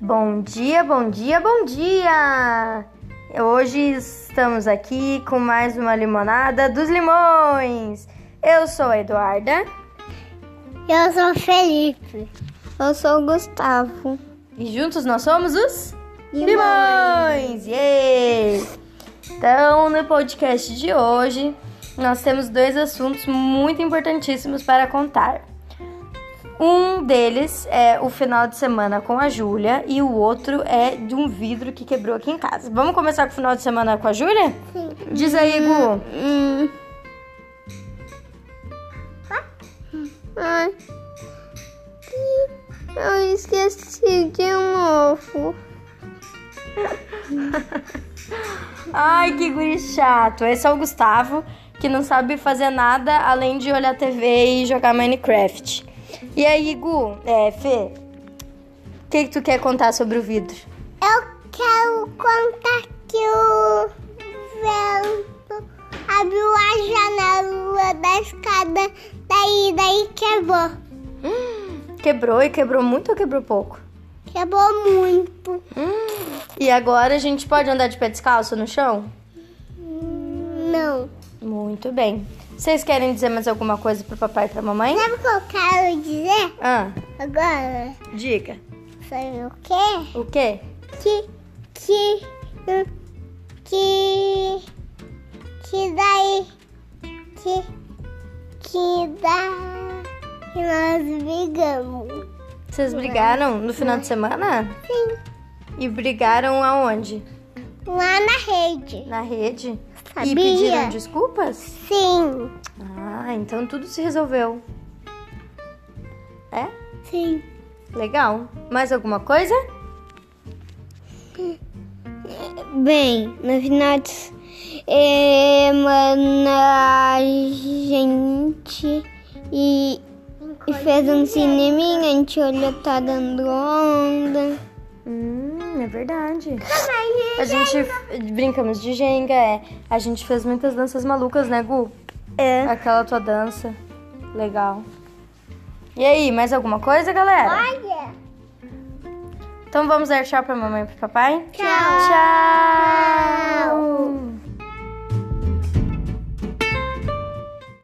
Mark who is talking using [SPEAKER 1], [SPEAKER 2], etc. [SPEAKER 1] Bom dia, bom dia, bom dia! Hoje estamos aqui com mais uma limonada dos limões. Eu sou a Eduarda
[SPEAKER 2] Eu sou o Felipe. Eu sou o Gustavo.
[SPEAKER 1] e juntos nós somos os
[SPEAKER 2] Limões.
[SPEAKER 1] Limões! Yay! Então, no podcast de hoje, nós temos dois assuntos muito importantíssimos para contar. Um deles é o final de semana com a Júlia e o outro é de um vidro que quebrou aqui em casa. Vamos começar com o final de semana com a Júlia? Sim. Diz aí, Gu.
[SPEAKER 2] Hum. Ai. Eu esqueci de um novo.
[SPEAKER 1] Ai, que guri chato. Esse é o Gustavo, que não sabe fazer nada além de olhar TV e jogar Minecraft. E aí, Gu, é, Fê, o que, que tu quer contar sobre o vidro?
[SPEAKER 2] Eu quero contar que o vento abriu a janela da escada, daí, daí quebrou.
[SPEAKER 1] Quebrou e quebrou muito ou quebrou pouco?
[SPEAKER 2] Quebrou muito.
[SPEAKER 1] E agora a gente pode andar de pé descalço no chão?
[SPEAKER 2] Não.
[SPEAKER 1] Muito bem. Vocês querem dizer mais alguma coisa pro papai e pra mamãe?
[SPEAKER 2] Sabe o que eu quero dizer
[SPEAKER 1] Ah,
[SPEAKER 2] agora?
[SPEAKER 1] diga.
[SPEAKER 2] Sabe o quê?
[SPEAKER 1] O quê?
[SPEAKER 2] Que, que, hum, que, que daí, que, que da, que nós brigamos.
[SPEAKER 1] Vocês brigaram no final de semana?
[SPEAKER 2] Sim,
[SPEAKER 1] E brigaram aonde?
[SPEAKER 2] lá na rede.
[SPEAKER 1] Na rede? E
[SPEAKER 2] Sabia.
[SPEAKER 1] pediram desculpas?
[SPEAKER 2] Sim,
[SPEAKER 1] Ah, então tudo se resolveu. É?
[SPEAKER 2] sim.
[SPEAKER 1] Legal. Mais alguma coisa?
[SPEAKER 2] Bem, no final de semana a gente e, e fez um cineminha, a gente olhou tá dando onda.
[SPEAKER 1] Hum, é verdade. A gente f- brincamos de jenga, é. A gente fez muitas danças malucas, né, Gu?
[SPEAKER 2] É.
[SPEAKER 1] Aquela tua dança. Legal. E aí, mais alguma coisa, galera?
[SPEAKER 2] Olha!
[SPEAKER 1] Então vamos dar tchau pra mamãe e pro papai?
[SPEAKER 2] Tchau.
[SPEAKER 1] Tchau.